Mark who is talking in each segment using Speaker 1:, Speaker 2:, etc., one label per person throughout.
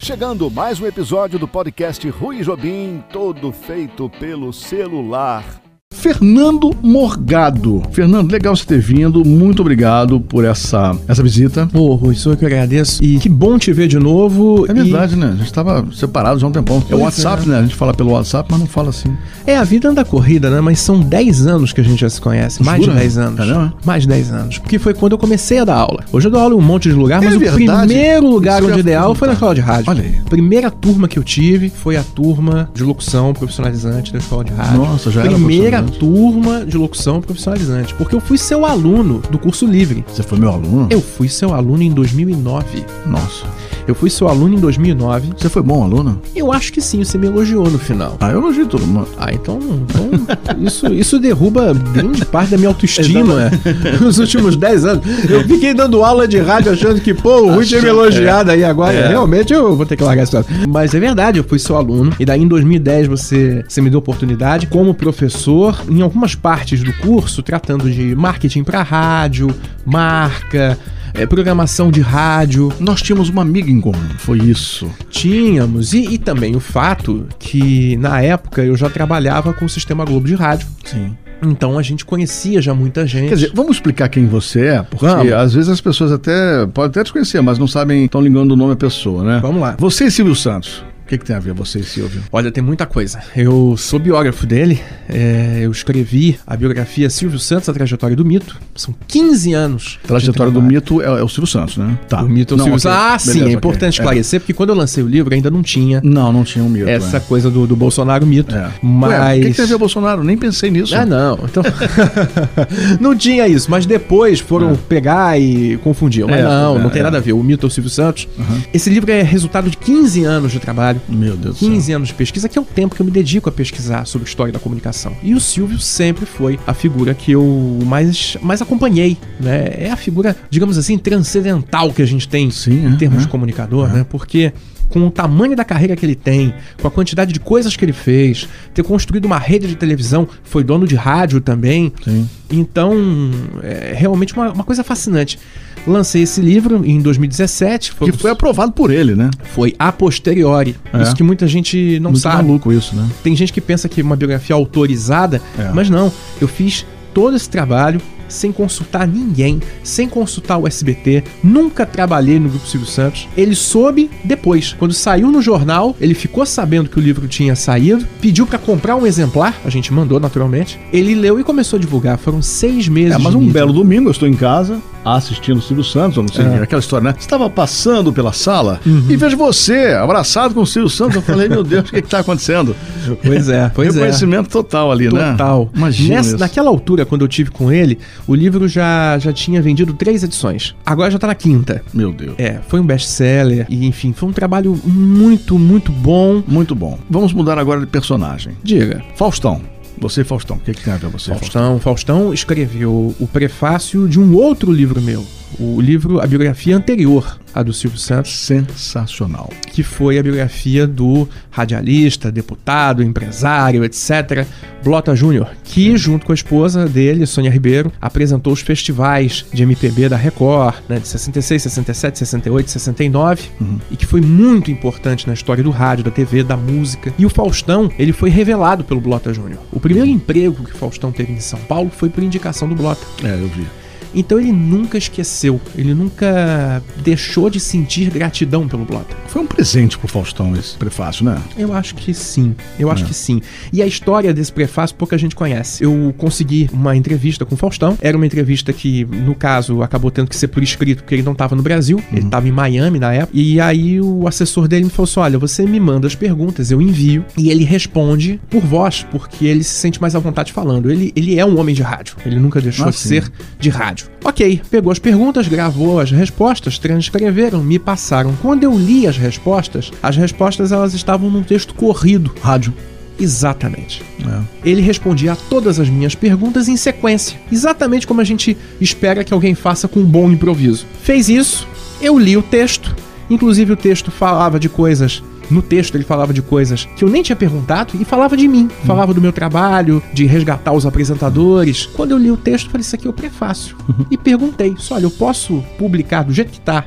Speaker 1: Chegando mais um episódio do podcast Rui Jobim, todo feito pelo celular.
Speaker 2: Fernando Morgado. Fernando, legal você ter vindo. Muito obrigado por essa, essa visita.
Speaker 3: Pô, Rui, sou eu é que agradeço. E que bom te ver de novo.
Speaker 2: É
Speaker 3: E
Speaker 2: verdade, né? A gente tava separado já há um tempão. É o
Speaker 3: Pois
Speaker 2: WhatsApp,
Speaker 3: é.
Speaker 2: né? A gente fala pelo WhatsApp, mas não fala assim.
Speaker 3: É, a vida anda corrida, né? Mas são 10 anos que a gente já se conhece. Mais
Speaker 2: Jura?
Speaker 3: de 10 anos.
Speaker 2: Caramba.
Speaker 3: Mais de 10 anos. Porque foi quando eu comecei a dar aula. Hoje eu dou aula em um monte de lugar,
Speaker 2: É
Speaker 3: mas o
Speaker 2: verdade?
Speaker 3: primeiro lugar
Speaker 2: Isso que eu
Speaker 3: onde
Speaker 2: ia
Speaker 3: ideal foi na
Speaker 2: perguntar.
Speaker 3: escola de rádio.
Speaker 2: Olha aí.
Speaker 3: Primeira turma que eu tive foi a turma de locução profissionalizante da escola de rádio.
Speaker 2: Nossa, já era
Speaker 3: Primeira turma de locução profissionalizante. Porque eu fui seu aluno do curso livre.
Speaker 2: Você foi meu aluno?
Speaker 3: Eu fui seu aluno em 2009.
Speaker 2: Nossa.
Speaker 3: Eu fui seu aluno em 2009.
Speaker 2: Você foi bom aluno?
Speaker 3: Eu acho que sim, você me elogiou no final.
Speaker 2: Ah, eu elogio todo mundo.
Speaker 3: Ah, então, então isso, isso derruba grande parte da minha autoestima nos últimos 10 anos. Eu fiquei dando aula de rádio achando que, pô, o Rui tinha me elogiado aí agora. Realmente eu vou ter que largar isso. Mas é verdade, eu fui seu aluno. E daí em 2010 você, você me deu oportunidade como professor em algumas partes do curso, tratando de marketing pra rádio, marca, eh, programação de rádio.
Speaker 2: Nós tínhamos uma amiga em comum. Foi isso.
Speaker 3: Tínhamos, e, e também o fato que na época eu já trabalhava com o Sistema Globo de Rádio,
Speaker 2: Sim.
Speaker 3: então a gente conhecia já muita gente.
Speaker 2: Quer dizer, vamos explicar quem você é, porque
Speaker 3: Vamos.
Speaker 2: às vezes as pessoas até podem até te conhecer, mas não sabem, estão ligando o nome à pessoa, né?
Speaker 3: vamos lá.
Speaker 2: Você e Silvio Santos. O que, que tem a ver você e Silvio?
Speaker 3: Olha, tem muita coisa. Eu sou biógrafo dele, é, eu escrevi a biografia Silvio Santos, A Trajetória do Mito. São 15 anos. de
Speaker 2: Trajetória do
Speaker 3: trabalho.
Speaker 2: mito é, é o Silvio Santos, né? Tá.
Speaker 3: O mito é o
Speaker 2: Não, ok.
Speaker 3: Silvio Santos. Ah, sim,
Speaker 2: Beleza,
Speaker 3: é
Speaker 2: ok.
Speaker 3: importante esclarecer, porque quando eu lancei o livro ainda não tinha
Speaker 2: Não, não tinha um mito.
Speaker 3: essa
Speaker 2: é.
Speaker 3: coisa do, do Bolsonaro mito.
Speaker 2: É.
Speaker 3: Mas.
Speaker 2: Ué, o que, que tem a ver Bolsonaro? Nem pensei nisso.
Speaker 3: Ah, não. Então. não tinha isso, mas depois foram pegar e confundir. Mas
Speaker 2: É,
Speaker 3: não, não
Speaker 2: é,
Speaker 3: tem
Speaker 2: é.
Speaker 3: nada a ver. O mito é o Silvio Santos. Esse livro é resultado de 15 anos de trabalho.
Speaker 2: Meu Deus do céu.
Speaker 3: 15 anos de pesquisa, que é o tempo que eu me dedico a pesquisar sobre história da comunicação. E o Silvio sempre foi a figura que eu mais, mais acompanhei, né? É a figura, digamos assim, transcendental que a gente tem
Speaker 2: Sim,
Speaker 3: em
Speaker 2: é,
Speaker 3: termos
Speaker 2: é.
Speaker 3: de comunicador, né? Porque com o tamanho da carreira que ele tem, com a quantidade de coisas que ele fez, ter construído uma rede de televisão, foi dono de rádio também.
Speaker 2: Sim.
Speaker 3: Então, é realmente uma, uma coisa fascinante. Lancei esse livro em 2017.
Speaker 2: Que foi aprovado por ele, né?
Speaker 3: foi a posteriori.
Speaker 2: É.
Speaker 3: Isso que muita gente não
Speaker 2: Muito
Speaker 3: sabe.
Speaker 2: maluco isso, né?
Speaker 3: Tem gente que pensa que é uma biografia autorizada,
Speaker 2: É.
Speaker 3: mas não. Eu fiz todo esse trabalho sem consultar ninguém, sem consultar o SBT, nunca trabalhei no Grupo Silvio Santos. Ele soube depois, quando saiu no jornal, ele ficou sabendo que o livro tinha saído, pediu pra comprar um exemplar, a gente mandou naturalmente. Ele leu e começou a divulgar. Foram seis meses.
Speaker 2: É, mas
Speaker 3: de
Speaker 2: um
Speaker 3: mídia.
Speaker 2: belo domingo, eu estou em casa, assistindo o Silvio Santos, eu não sei,
Speaker 3: É. Uhum.
Speaker 2: aquela história, né? Estava passando pela sala e vejo você abraçado com o Silvio Santos. Eu falei, meu Deus, o que está acontecendo?
Speaker 3: Pois é, pois é.
Speaker 2: Reconhecimento total ali, né?
Speaker 3: Total.
Speaker 2: Imagina
Speaker 3: Nessa-
Speaker 2: isso.
Speaker 3: Naquela altura, quando eu tive com ele, o livro já, já tinha vendido três edições. Agora já tá na quinta.
Speaker 2: Meu Deus.
Speaker 3: É, foi um best-seller e enfim, foi um trabalho muito, muito bom.
Speaker 2: Muito bom. Vamos mudar agora de personagem.
Speaker 3: Diga.
Speaker 2: Faustão. Você e Faustão. O que, que tem a ver você e Faustão?
Speaker 3: Faustão, Faustão escreveu o prefácio de um outro livro meu, o livro, a biografia anterior à do Silvio Santos,
Speaker 2: Sensacional.
Speaker 3: que foi a biografia do radialista, deputado, empresário, etc., Blota Júnior, que, junto com a esposa dele, Sônia Ribeiro, apresentou os festivais de MPB da Record, né, de 66, 67, 68, 69, e que foi muito importante na história do rádio, da TV, da música. E o Faustão, ele foi revelado pelo Blota Júnior. O primeiro emprego que o Faustão teve em São Paulo foi por indicação do Blota.
Speaker 2: É, eu vi.
Speaker 3: Então ele nunca esqueceu, ele nunca deixou de sentir gratidão pelo Blota.
Speaker 2: Foi um presente pro Faustão esse prefácio, né?
Speaker 3: Eu acho que sim, eu
Speaker 2: É.
Speaker 3: acho que sim. E a história desse prefácio pouca gente conhece. Eu consegui uma entrevista com o Faustão. Era uma entrevista que, no caso, acabou tendo que ser por escrito, porque ele não estava no Brasil,
Speaker 2: Uhum.
Speaker 3: ele estava em Miami na época. E aí o assessor dele me falou assim: olha, você me manda as perguntas, eu envio, e ele responde por voz, porque ele se sente mais à vontade falando. Ele, ele é um homem de rádio, ele nunca deixou
Speaker 2: Ah,
Speaker 3: de
Speaker 2: sim.
Speaker 3: ser de rádio. Ok, pegou as perguntas, gravou as respostas, transcreveram, me passaram. Quando eu li as respostas, as respostas elas estavam num texto corrido.
Speaker 2: Rádio.
Speaker 3: Exatamente.
Speaker 2: É.
Speaker 3: Ele respondia a todas as minhas perguntas em sequência, exatamente como a gente espera que alguém faça com um bom improviso. Fez isso, eu li o texto, inclusive o texto falava de coisas. No texto ele falava de coisas que eu nem tinha perguntado e falava de mim, falava do meu trabalho, de resgatar os apresentadores. Quando eu li o texto, eu falei: Isso aqui é o prefácio. E perguntei: só, Olha, eu posso publicar do jeito que tá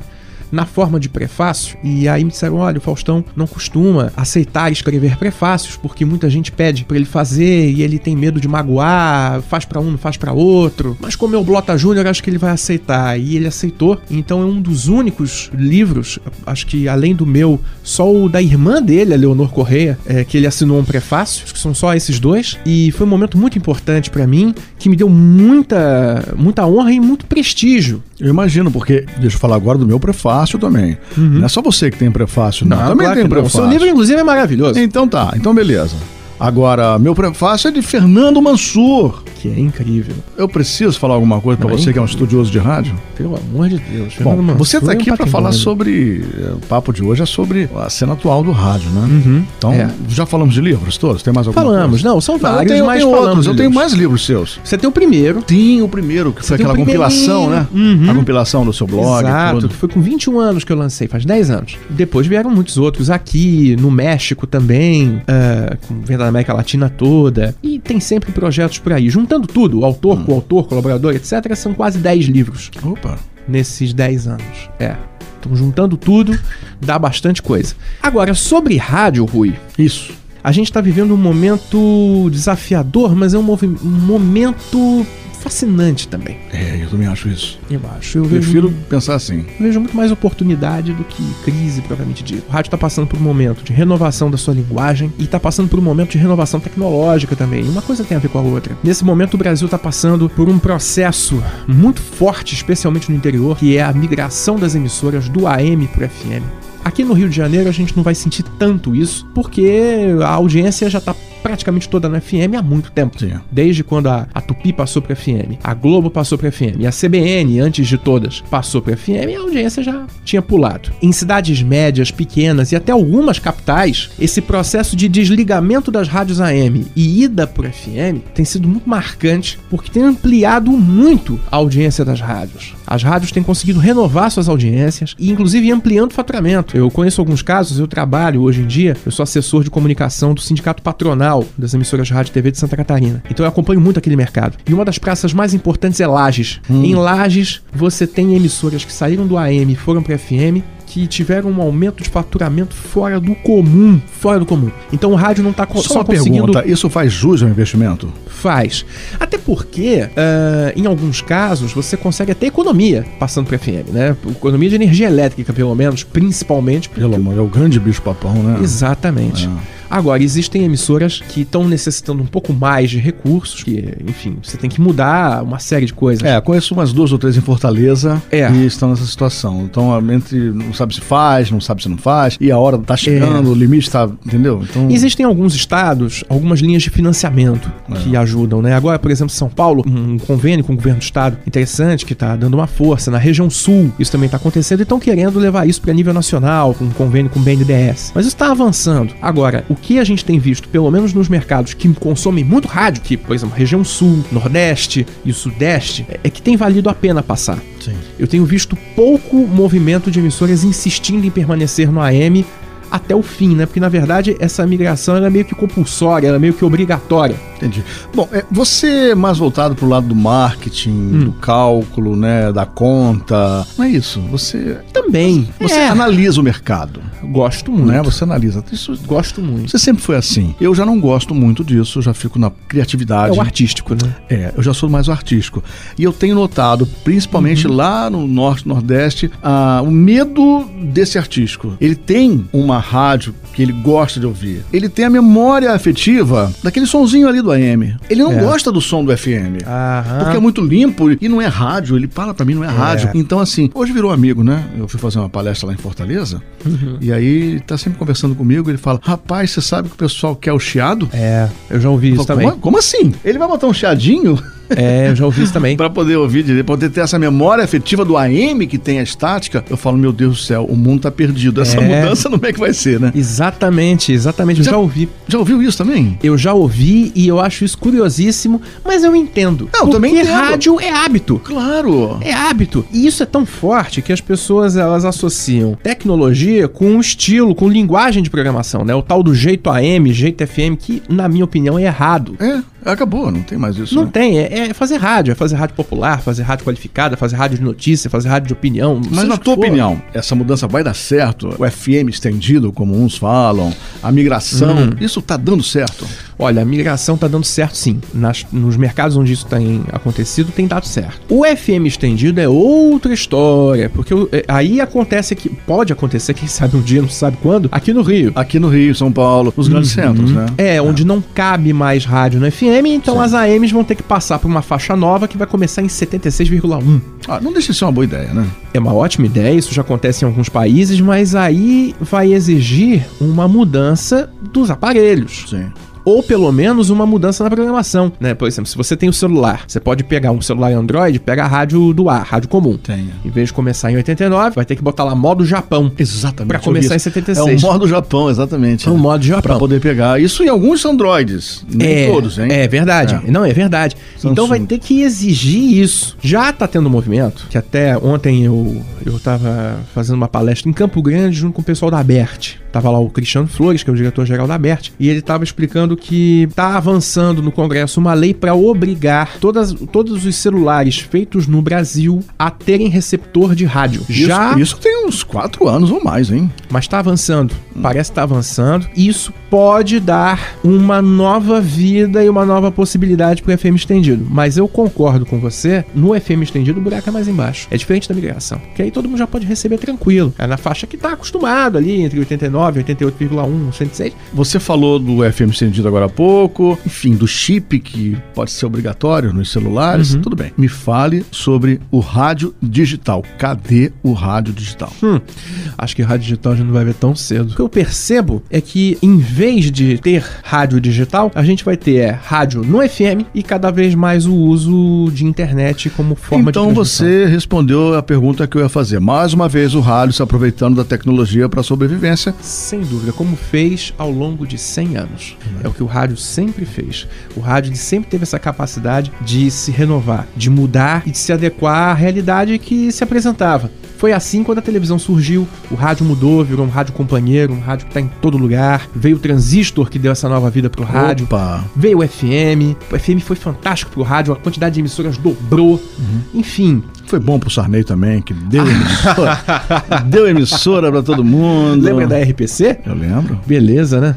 Speaker 3: na forma de prefácio. E aí me disseram: olha, o Faustão não costuma aceitar escrever prefácios, porque muita gente pede pra ele fazer e ele tem medo de magoar, faz pra um, não faz pra outro. Mas como é o Blota Júnior, acho que ele vai aceitar. E ele aceitou. Então é um dos únicos livros, acho que além do meu, só o da irmã dele, a Leonor Correia, é, que ele assinou um prefácio, acho que são só esses dois. E foi um momento muito importante pra mim, que me deu muita, muita honra e muito prestígio.
Speaker 2: Eu imagino, porque, deixa eu falar agora do meu prefácio também.
Speaker 3: Uhum.
Speaker 2: Não é só você que tem prefácio, não.
Speaker 3: Não,
Speaker 2: também
Speaker 3: Ah, claro
Speaker 2: tem
Speaker 3: que não. O
Speaker 2: prefácio.
Speaker 3: seu livro, inclusive, é maravilhoso.
Speaker 2: Então tá, então beleza. Agora, meu prefácio é de Fernando Mansur.
Speaker 3: Que é incrível.
Speaker 2: Eu preciso falar alguma coisa pra
Speaker 3: Não,
Speaker 2: você que é um estudioso de rádio?
Speaker 3: Pelo amor de Deus.
Speaker 2: Bom,
Speaker 3: Fernando Mansur
Speaker 2: você tá
Speaker 3: é um
Speaker 2: aqui pra falar
Speaker 3: patrimônio.
Speaker 2: sobre. eh, O papo de hoje é sobre a cena atual do rádio, né?
Speaker 3: Uhum.
Speaker 2: Então,
Speaker 3: É.
Speaker 2: já falamos de livros todos? Tem mais alguma
Speaker 3: Falamos,
Speaker 2: coisa?
Speaker 3: não, são
Speaker 2: Não, eu
Speaker 3: vários,
Speaker 2: tenho,
Speaker 3: mas
Speaker 2: eu tenho
Speaker 3: falamos
Speaker 2: outros,
Speaker 3: de
Speaker 2: eu tenho
Speaker 3: livros.
Speaker 2: mais livros seus.
Speaker 3: Você tem o primeiro.
Speaker 2: Tem o primeiro, que foi
Speaker 3: tem o
Speaker 2: aquela compilação, né?
Speaker 3: Uhum.
Speaker 2: A compilação do seu blog.
Speaker 3: Exato,
Speaker 2: tudo.
Speaker 3: que foi com 21 anos que eu lancei, faz 10 anos. Depois vieram muitos outros aqui, no México também, ah, com venda na América Latina toda. E tem sempre projetos por aí. Juntando tudo, autor, com coautor, colaborador, etc., são quase 10 livros
Speaker 2: Opa.
Speaker 3: nesses 10 anos. É. Então, juntando tudo, dá bastante coisa. Agora, sobre rádio, Rui,
Speaker 2: Isso.
Speaker 3: a gente está vivendo um momento desafiador, mas é um, movi- um momento fascinante também.
Speaker 2: É, eu também acho isso.
Speaker 3: Eu acho. Eu vejo um-
Speaker 2: Prefiro pensar assim.
Speaker 3: eu vejo muito mais oportunidade do que crise, propriamente dito. O rádio está passando por um momento de renovação da sua linguagem e está passando por um momento de renovação tecnológica também. Uma coisa tem a ver com a outra. Nesse momento, o Brasil está passando por um processo muito forte, especialmente no interior, que é a migração das emissoras do AM para o FM. Aqui no Rio de Janeiro, a gente não vai sentir tanto isso, porque a audiência já está praticamente toda na FM há muito tempo.
Speaker 2: Sim.
Speaker 3: Desde quando a, a Tupi passou para FM, a Globo passou para FM, a CBN, antes de todas, passou para FM, a audiência já tinha pulado. Em cidades médias, pequenas e até algumas capitais, esse processo de desligamento das rádios AM e ida para FM tem sido muito marcante porque tem ampliado muito a audiência das rádios. As rádios têm conseguido renovar suas audiências e, inclusive, ampliando o faturamento. Eu conheço alguns casos, eu trabalho hoje em dia, eu sou assessor de comunicação do Sindicato Patronal das emissoras de rádio e TV de Santa Catarina. Então eu acompanho muito aquele mercado. E uma das praças mais importantes é Lages.
Speaker 2: Hum.
Speaker 3: Em Lages, você tem emissoras que saíram do AM e foram para FM que tiveram um aumento de faturamento fora do comum, fora do comum. Então o rádio não tá co-
Speaker 2: Só, uma
Speaker 3: conseguindo
Speaker 2: pergunta, isso faz jus ao investimento?
Speaker 3: Faz. Até porque, ah, em alguns casos, você consegue até economia passando para FM, né? Economia de energia elétrica, pelo menos, principalmente.
Speaker 2: Pelo amor, é o grande bicho papão, né?
Speaker 3: Exatamente. Agora, existem emissoras que estão necessitando um pouco mais de recursos, que, enfim, você tem que mudar uma série de coisas.
Speaker 2: É, conheço umas duas ou três em Fortaleza
Speaker 3: É.
Speaker 2: e estão nessa situação. Então, a mente não sabe se faz, não sabe se não faz, e a hora tá chegando, o limite tá. Entendeu? Então.
Speaker 3: Existem alguns estados, algumas linhas de financiamento que ajudam, né? Agora, por exemplo, São Paulo, um convênio com o governo do estado interessante que tá dando uma força. Na região sul, isso também tá acontecendo e estão querendo levar isso para nível nacional, com um convênio com o BNDES. Mas isso tá avançando. Agora, o que a gente tem visto, pelo menos nos mercados que consomem muito rádio, que, por exemplo, região sul, nordeste e o sudeste, é- é que tem valido a pena passar.
Speaker 2: Sim.
Speaker 3: Eu tenho visto pouco movimento de emissoras insistindo em permanecer no AM até o fim, né? Porque na verdade essa migração ela é meio que compulsória, ela é meio que obrigatória.
Speaker 2: Entendi. Bom, é, você é mais voltado pro lado do marketing, do cálculo, né, da conta. Não é isso. Você,
Speaker 3: Também.
Speaker 2: você
Speaker 3: É.
Speaker 2: analisa o mercado,
Speaker 3: Gosto muito.
Speaker 2: né? Você analisa. Isso,
Speaker 3: Gosto muito.
Speaker 2: você sempre foi assim. Eu já não gosto muito disso, eu já fico na
Speaker 3: É
Speaker 2: criatividade.
Speaker 3: o artístico, né?
Speaker 2: É, eu já sou mais artístico. E eu tenho notado, principalmente
Speaker 3: Uhum.
Speaker 2: lá no Norte, Nordeste, ah, o medo desse artístico. Ele tem uma rádio que ele gosta de ouvir. Ele tem a memória afetiva daquele sonzinho ali do AM. Ele não
Speaker 3: É. Ah.
Speaker 2: gosta do som do FM.
Speaker 3: Aham.
Speaker 2: Porque é muito limpo e não é rádio. Ele fala pra mim, não é, rádio. Então, assim, hoje virou amigo, né? Eu fui fazer uma palestra lá em Fortaleza.
Speaker 3: Uhum.
Speaker 2: E aí, tá sempre conversando comigo. Ele fala: Rapaz, você sabe que o pessoal quer o chiado?
Speaker 3: É, eu já ouvi isso
Speaker 2: Eu falo,
Speaker 3: também.
Speaker 2: como, como assim? Ele vai botar um chiadinho?
Speaker 3: É, eu já ouvi isso também.
Speaker 2: Pra poder ouvir direito, pra poder ter essa memória afetiva do AM que tem a estática, eu falo, meu Deus do céu, o mundo tá perdido. Essa
Speaker 3: É.
Speaker 2: mudança não é que vai ser, né?
Speaker 3: Exatamente, exatamente. Eu
Speaker 2: Já-
Speaker 3: já ouvi.
Speaker 2: Já ouviu isso também?
Speaker 3: Eu já ouvi e eu acho isso curiosíssimo, mas eu entendo.
Speaker 2: Não, eu também
Speaker 3: Porque
Speaker 2: entendo.
Speaker 3: rádio é hábito.
Speaker 2: Claro!
Speaker 3: É hábito. E isso é tão forte que as pessoas elas associam tecnologia com um estilo, com linguagem de programação, né? O tal do jeito AM, jeito FM, que na minha opinião é errado.
Speaker 2: É, Acabou, não tem mais isso.
Speaker 3: Não
Speaker 2: né?
Speaker 3: tem, é, é fazer rádio, é fazer rádio popular, fazer rádio qualificada, fazer rádio de notícia, fazer rádio de opinião.
Speaker 2: Mas
Speaker 3: seja
Speaker 2: na
Speaker 3: o que
Speaker 2: tua
Speaker 3: for.
Speaker 2: opinião, essa mudança vai dar certo? O FM estendido, como uns falam, a migração,
Speaker 3: Hum.
Speaker 2: isso tá dando certo?
Speaker 3: Olha, a migração tá dando certo sim. Nas- nos mercados onde isso tem acontecido, tem dado certo. O FM estendido é outra história, porque o- é, aí acontece que. Pode acontecer, quem sabe um dia, não sabe quando, aqui no Rio.
Speaker 2: Aqui no Rio, São Paulo, nos grandes centros, né?
Speaker 3: É, onde não cabe mais rádio no FM, então as AMs vão ter que passar por uma faixa nova que vai começar em 76,1.
Speaker 2: Ah, não deixa de ser uma boa ideia, né?
Speaker 3: É uma ótima ideia, isso já acontece em alguns países, mas aí vai exigir uma mudança dos aparelhos.
Speaker 2: Sim.
Speaker 3: Ou pelo menos uma mudança na programação. Né? Por exemplo, se você tem o celular, você pode pegar um celular Android, pega a rádio do ar, rádio comum.
Speaker 2: Tem.
Speaker 3: Em vez de começar em 89, vai ter que botar lá modo Japão.
Speaker 2: Exatamente.
Speaker 3: Pra
Speaker 2: eu
Speaker 3: começar
Speaker 2: vi
Speaker 3: em
Speaker 2: isso.
Speaker 3: 76.
Speaker 2: É o modo do Japão, exatamente.
Speaker 3: O modo
Speaker 2: Pra
Speaker 3: Japão.
Speaker 2: poder pegar. Isso em alguns Androids. Nem todos, hein?
Speaker 3: É verdade.
Speaker 2: É.
Speaker 3: Não, é verdade.
Speaker 2: Samsung.
Speaker 3: Então vai ter que exigir isso. Já tá tendo um movimento, que até ontem eu, eu tava fazendo uma palestra em Campo Grande junto com o pessoal da Bert. Tava lá o Cristiano Flores, que é o diretor-geral da Bert, e ele tava explicando que tá avançando no Congresso uma lei pra obrigar todas, todos os celulares feitos no Brasil a terem receptor de rádio.
Speaker 2: Isso,
Speaker 3: Já
Speaker 2: isso tem uns quatro anos ou mais, hein?
Speaker 3: mas está avançando. Parece que tá avançando. Isso pode dar uma nova vida e uma nova possibilidade pro FM estendido. Mas eu concordo com você, no FM estendido o buraco é mais embaixo. É diferente da migração. Que aí todo mundo já pode receber tranquilo. É na faixa que tá acostumado ali, entre 89, 88,1, 106.
Speaker 2: Você falou do FM estendido agora há pouco, enfim, do chip que pode ser obrigatório nos celulares,
Speaker 3: Uhum.
Speaker 2: tudo bem. Me fale sobre o rádio digital. Cadê o rádio digital?
Speaker 3: Hum, acho que rádio digital já não vai ver tão cedo. O que eu percebo é que, em vez de ter rádio digital, a gente vai ter é, rádio no FM e cada vez mais o uso de internet como forma de
Speaker 2: então
Speaker 3: transmissão.
Speaker 2: você respondeu a pergunta que eu ia fazer. Mais uma vez, o rádio se aproveitando da tecnologia para sobrevivência.
Speaker 3: Sem dúvida, como fez ao longo de 100 anos. É o que o rádio sempre fez. O rádio ele sempre teve essa capacidade de se renovar, de mudar e de se adequar à realidade que se apresentava. Foi assim quando a televisão surgiu, o rádio mudou, virou um rádio companheiro, um rádio que está em todo lugar. Veio o transistor que deu essa nova vida pro rádio.
Speaker 2: Opa.
Speaker 3: Veio o FM, o FM foi fantástico pro rádio, a quantidade de emissoras dobrou. Enfim,
Speaker 2: Foi bom pro Sarney também, que deu emissora. deu emissora para todo mundo.
Speaker 3: lembra da RPC?
Speaker 2: Eu lembro.
Speaker 3: Beleza, né?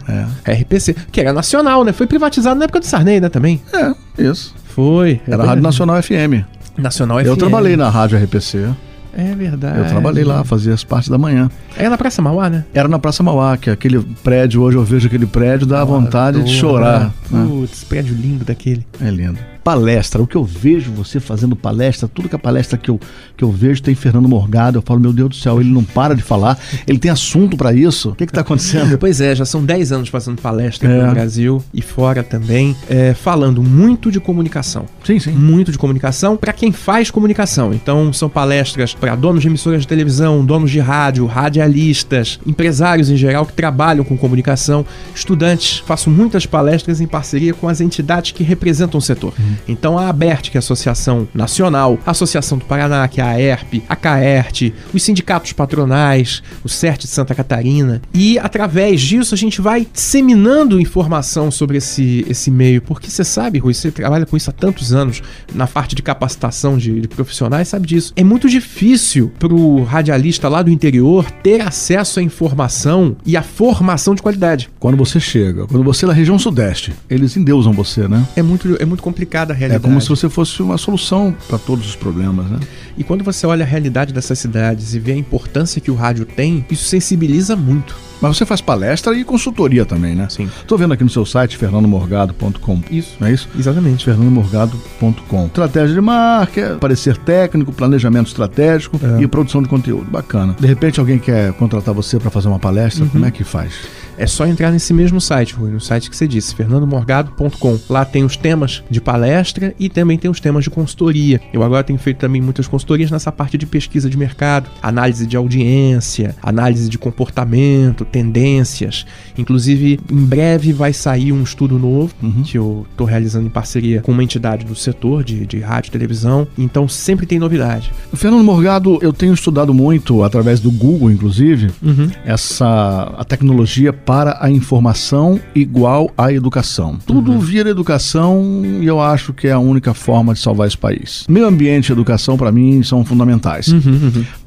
Speaker 2: É.
Speaker 3: RPC, que era nacional, né? Foi privatizado na época do Sarney, né, também?
Speaker 2: É, isso.
Speaker 3: Foi. É
Speaker 2: Era a Rádio Nacional FM.
Speaker 3: Nacional
Speaker 2: Eu
Speaker 3: FM.
Speaker 2: trabalhei na Rádio RPC.
Speaker 3: É verdade.
Speaker 2: Eu trabalhei lá, fazia as partes da manhã.
Speaker 3: Era na Praça Mauá, né?
Speaker 2: Era na Praça Mauá, que é aquele prédio, hoje eu vejo aquele prédio, dá vontade de
Speaker 3: Adoro.
Speaker 2: chorar. né?
Speaker 3: Putz, prédio lindo daquele.
Speaker 2: É lindo. Palestra, o que eu vejo você fazendo palestra, tudo que a palestra que eu, que eu vejo tem Fernando Morgado, eu falo, meu Deus do céu, ele não para de falar, ele tem assunto pra isso. O que que tá acontecendo?
Speaker 3: Pois é, já são 10 anos fazendo palestra aqui
Speaker 2: É.
Speaker 3: no Brasil e fora também, é, falando muito de comunicação.
Speaker 2: Sim, sim.
Speaker 3: muito de comunicação para quem faz comunicação. Então, são palestras para donos de emissoras de televisão, donos de rádio, radialistas, empresários em geral que trabalham com comunicação, estudantes. Faço muitas palestras em parceria com as entidades que representam o setor. Então, a ABERT, que é a Associação Nacional, a Associação do Paraná, que é a AERP, a CAERT, os sindicatos patronais, o CERT de Santa Catarina. E, através disso, a gente vai disseminando informação sobre esse, esse meio. Porque você sabe, Rui, você trabalha com isso há tantos anos, na parte de capacitação de, de profissionais, sabe disso. É muito difícil pro radialista lá do interior ter acesso à informação e à formação de qualidade.
Speaker 2: Quando você chega, quando você é na região sudeste, eles endeusam você, né?
Speaker 3: É muito, é muito complicada a
Speaker 2: É
Speaker 3: realidade.
Speaker 2: como se você fosse uma solução pra todos os problemas, né?
Speaker 3: E quando você olha a realidade dessas cidades e vê a importância que o rádio tem, isso sensibiliza muito.
Speaker 2: Mas você faz palestra e consultoria também, né?
Speaker 3: Sim.
Speaker 2: Tô vendo aqui no seu site, fernandomorgado.com,
Speaker 3: Isso.
Speaker 2: não é isso?
Speaker 3: Exatamente.
Speaker 2: fernandomorgado.com. Estratégia de marca, parecer técnico, planejamento estratégico
Speaker 3: É.
Speaker 2: e produção de conteúdo. Bacana. De repente alguém quer contratar você para fazer uma palestra,
Speaker 3: Uhum.
Speaker 2: como é que faz?
Speaker 3: É só entrar nesse mesmo site, Rui, no site que você disse, fernandomorgado.com. Lá tem os temas de palestra e também tem os temas de consultoria. Eu agora tenho feito também muitas consultorias nessa parte de pesquisa de mercado, análise de audiência, análise de comportamento, tendências. Inclusive, em breve vai sair um estudo novo
Speaker 2: Uhum.
Speaker 3: que eu estou realizando em parceria com uma entidade do setor de, de rádio e televisão. Então sempre tem novidade.
Speaker 2: Fernando Morgado, eu tenho estudado muito através do Google, inclusive,
Speaker 3: Uhum.
Speaker 2: essa a tecnologia para a informação igual à educação. Tudo vira educação e eu acho que é a única forma de salvar esse país. Meio ambiente e educação, para mim, são fundamentais.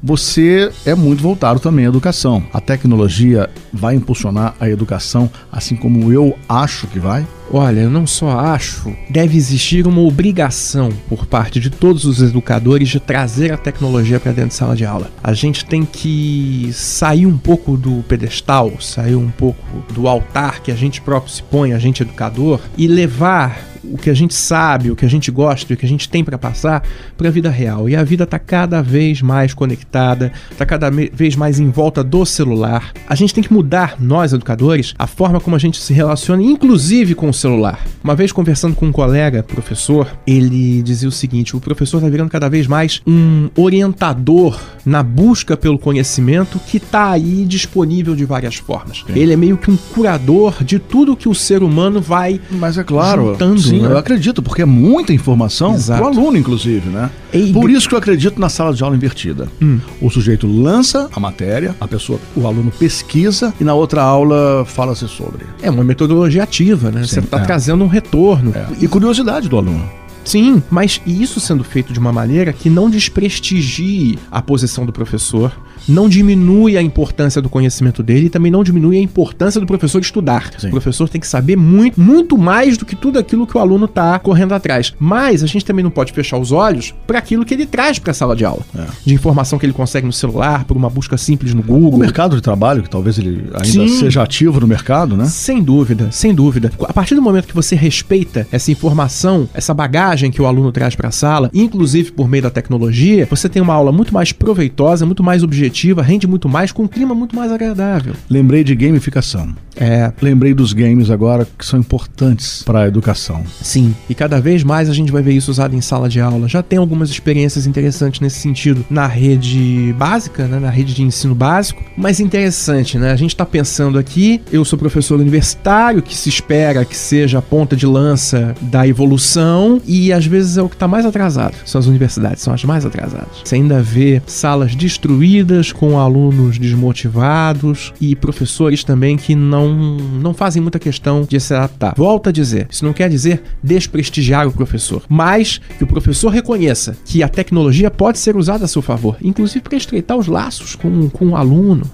Speaker 2: Você é muito voltado também à educação. A tecnologia vai impulsionar a educação, assim como eu acho que vai.
Speaker 3: Olha, eu não só acho, deve existir uma obrigação por parte de todos os educadores de trazer a tecnologia para dentro de sala de aula. A gente tem que sair um pouco do pedestal, sair um pouco do altar que a gente próprio se põe, a gente educador, e levar o que a gente sabe, o que a gente gosta, o que a gente tem para passar para a vida real. E a vida tá cada vez mais conectada, tá cada me- vez mais em volta do celular. A gente tem que mudar nós educadores a forma como a gente se relaciona inclusive com o celular. Uma vez conversando com um colega, professor, ele dizia o seguinte: o professor tá virando cada vez mais um orientador na busca pelo conhecimento que tá aí disponível de várias formas. Ele é meio que um curador de tudo que o ser humano vai
Speaker 2: Mas é claro,
Speaker 3: Juntando,
Speaker 2: sim,
Speaker 3: né?
Speaker 2: eu acredito, porque é muita informação
Speaker 3: Exato.
Speaker 2: para o aluno, inclusive, né?
Speaker 3: Ei,
Speaker 2: Por
Speaker 3: de-
Speaker 2: isso que eu acredito na sala de aula invertida.
Speaker 3: Hum.
Speaker 2: O sujeito lança a matéria, a pessoa, o aluno pesquisa e na outra aula fala-se sobre.
Speaker 3: É uma metodologia ativa, né? Você está
Speaker 2: é.
Speaker 3: trazendo um retorno.
Speaker 2: E curiosidade do aluno.
Speaker 3: Sim, mas isso sendo feito de uma maneira que não desprestigie a posição do professor, não diminui a importância do conhecimento dele e também não diminui a importância do professor estudar.
Speaker 2: Sim.
Speaker 3: O professor tem que saber muito, muito mais do que tudo aquilo que o aluno está correndo atrás. Mas a gente também não pode fechar os olhos para aquilo que ele traz para a sala de aula,
Speaker 2: É.
Speaker 3: de informação que ele consegue no celular, por uma busca simples no
Speaker 2: O
Speaker 3: Google.
Speaker 2: mercado de trabalho, que talvez ele ainda
Speaker 3: Sim.
Speaker 2: seja ativo no mercado, né?
Speaker 3: Sem dúvida, sem dúvida. A partir do momento que você respeita essa informação, essa bagagem que o aluno traz para a sala, inclusive por meio da tecnologia, você tem uma aula muito mais proveitosa, muito mais objetiva, rende muito mais, com um clima muito mais agradável.
Speaker 2: Lembrei de gamificação.
Speaker 3: É,
Speaker 2: Lembrei dos games agora que são importantes para a educação.
Speaker 3: sim. E cada vez mais a gente vai ver isso usado em sala de aula. Já tem algumas experiências interessantes nesse sentido na rede básica, né, na rede de ensino básico. Mas interessante, né? A gente está pensando aqui, eu sou professor universitário, que se espera que seja a ponta de lança da evolução e às vezes é o que está mais atrasado. São as universidades, são as mais atrasadas. Você ainda vê salas destruídas com alunos desmotivados e professores também que não, não fazem muita questão de se adaptar. Volto a dizer, isso não quer dizer desprestigiar o professor, mas que o professor reconheça que a tecnologia pode ser usada a seu favor, inclusive para estreitar os laços com, com o aluno.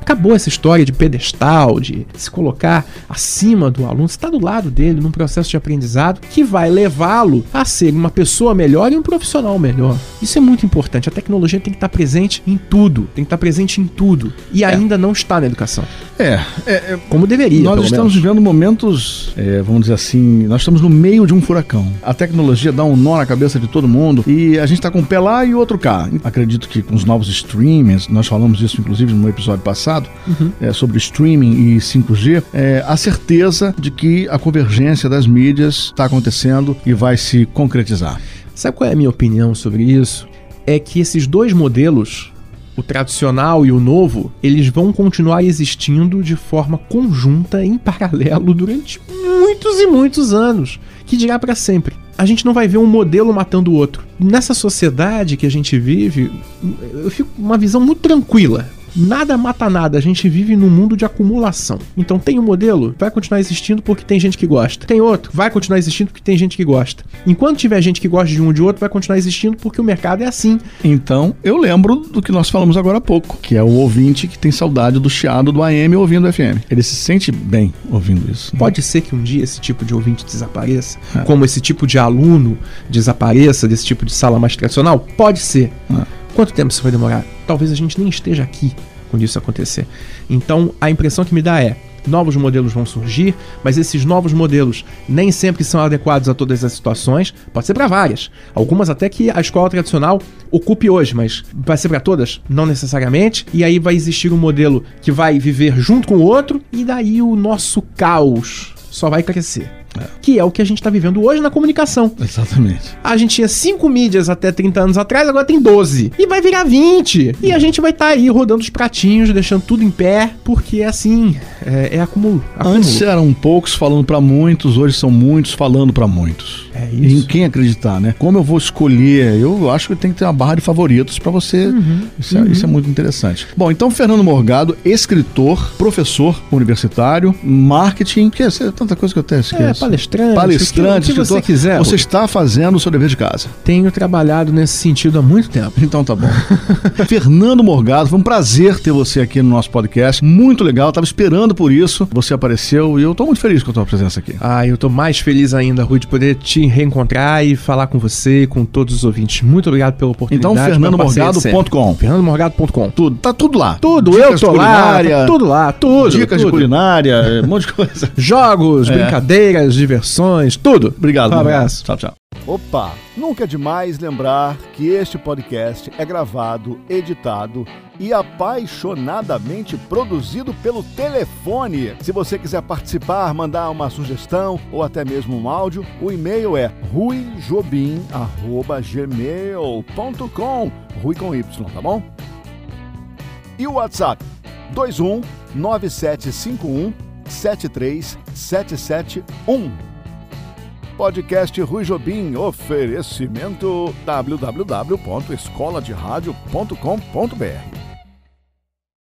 Speaker 3: Acabou essa história de pedestal, de se colocar acima do aluno. Você está do lado dele num processo de aprendizado que vai levá-lo a ser uma pessoa melhor e um profissional melhor. Isso é muito importante. A tecnologia tem que estar presente em tudo. Tem que estar presente em tudo. E ainda não está na educação.
Speaker 2: É, é, é
Speaker 3: Como deveria,
Speaker 2: nós
Speaker 3: pelo
Speaker 2: estamos
Speaker 3: menos.
Speaker 2: vivendo momentos, é, vamos dizer assim, nós estamos no meio de um furacão. A tecnologia dá um nó na cabeça de todo mundo e a gente tá com um pé lá e outro cá. Acredito que com os novos streamings, nós falamos isso inclusive no episódio passado,
Speaker 3: Uhum.
Speaker 2: é, sobre streaming e 5G, é, a certeza de que a convergência das mídias está acontecendo e vai se concretizar.
Speaker 3: Sabe qual é a minha opinião sobre isso? É que esses dois modelos, o tradicional e o novo, eles vão continuar existindo de forma conjunta, em paralelo, durante muitos e muitos anos. Que dirá pra sempre. A gente não vai ver um modelo matando o outro. Nessa sociedade que a gente vive, eu fico com uma visão muito tranquila. Nada mata nada, a gente vive num mundo de acumulação. Então tem um modelo, vai continuar existindo porque tem gente que gosta. Tem outro, vai continuar existindo porque tem gente que gosta. Enquanto tiver gente que gosta de um ou de outro, vai continuar existindo porque o mercado é assim.
Speaker 2: Então, eu lembro do que nós falamos agora há pouco, que é o ouvinte que tem saudade do chiado do AM ouvindo o FM. Ele se sente bem ouvindo isso. né?
Speaker 3: Pode ser que um dia esse tipo de ouvinte desapareça, como esse tipo de aluno desapareça desse tipo de sala mais tradicional? Pode ser.
Speaker 2: É.
Speaker 3: Quanto tempo isso vai demorar? Talvez a gente nem esteja aqui quando isso acontecer. Então, a impressão que me dá é: novos modelos vão surgir, mas esses novos modelos nem sempre são adequados a todas as situações. Pode ser para várias. Algumas até que a escola tradicional ocupe hoje, mas vai ser para todas? Não necessariamente. E aí vai existir um modelo que vai viver junto com o outro, e daí o nosso caos só vai crescer. que é o que a gente está vivendo hoje na comunicação.
Speaker 2: Exatamente.
Speaker 3: A gente tinha 5 mídias até 30 anos atrás, agora tem 12. E vai virar 20. E a gente vai estar aí rodando os pratinhos, deixando tudo em pé, porque assim, é, é acúmulo. acúmulo.
Speaker 2: Antes eram poucos falando pra muitos, hoje são muitos falando pra muitos.
Speaker 3: É
Speaker 2: E Em
Speaker 3: isso.
Speaker 2: quem acreditar, né? Como eu vou escolher? Eu acho que tem que ter uma barra de favoritos pra você.
Speaker 3: Uhum.
Speaker 2: Isso, é, isso é muito interessante. Bom, então Fernando Morgado, escritor, professor universitário, marketing, que é, é tanta coisa que eu até esqueço.
Speaker 3: É, palestrante.
Speaker 2: Palestrante,
Speaker 3: o que, o que você
Speaker 2: escritor.
Speaker 3: quiser.
Speaker 2: Você está fazendo o seu dever de casa.
Speaker 3: Tenho trabalhado nesse sentido há muito tempo.
Speaker 2: Então tá bom. Fernando Morgado, foi um prazer ter você aqui no nosso podcast. Muito legal, tava esperando por isso. Você apareceu e eu tô muito feliz com a tua presença aqui.
Speaker 3: Ah, eu tô mais feliz ainda, Rui, de poder te reencontrar e falar com você, com todos os ouvintes. Muito obrigado pela oportunidade.
Speaker 2: Então,
Speaker 3: pela parceria de sempre.
Speaker 2: fernandomorgado.com.
Speaker 3: fernandomorgado.com.
Speaker 2: Tudo, tá tudo lá.
Speaker 3: Tudo, eu
Speaker 2: Dicas
Speaker 3: tô
Speaker 2: de
Speaker 3: lá,
Speaker 2: culinária,
Speaker 3: tá tudo lá, tudo.
Speaker 2: Dicas de
Speaker 3: tudo.
Speaker 2: culinária, um monte de coisa.
Speaker 3: Jogos,
Speaker 2: É.
Speaker 3: brincadeiras, diversões, tudo.
Speaker 2: Obrigado.
Speaker 3: Um
Speaker 2: Morgado.
Speaker 3: abraço.
Speaker 2: Tchau, tchau.
Speaker 1: Opa! Nunca é demais lembrar que este podcast é gravado, editado e apaixonadamente produzido pelo telefone. Se você quiser participar, mandar uma sugestão ou até mesmo um áudio, o e-mail é ruijobim@gmail.com, Rui com Y, tá bom? E o WhatsApp 21 9751 73771. Podcast Rui Jobim, oferecimento www.escoladeradio.com.br.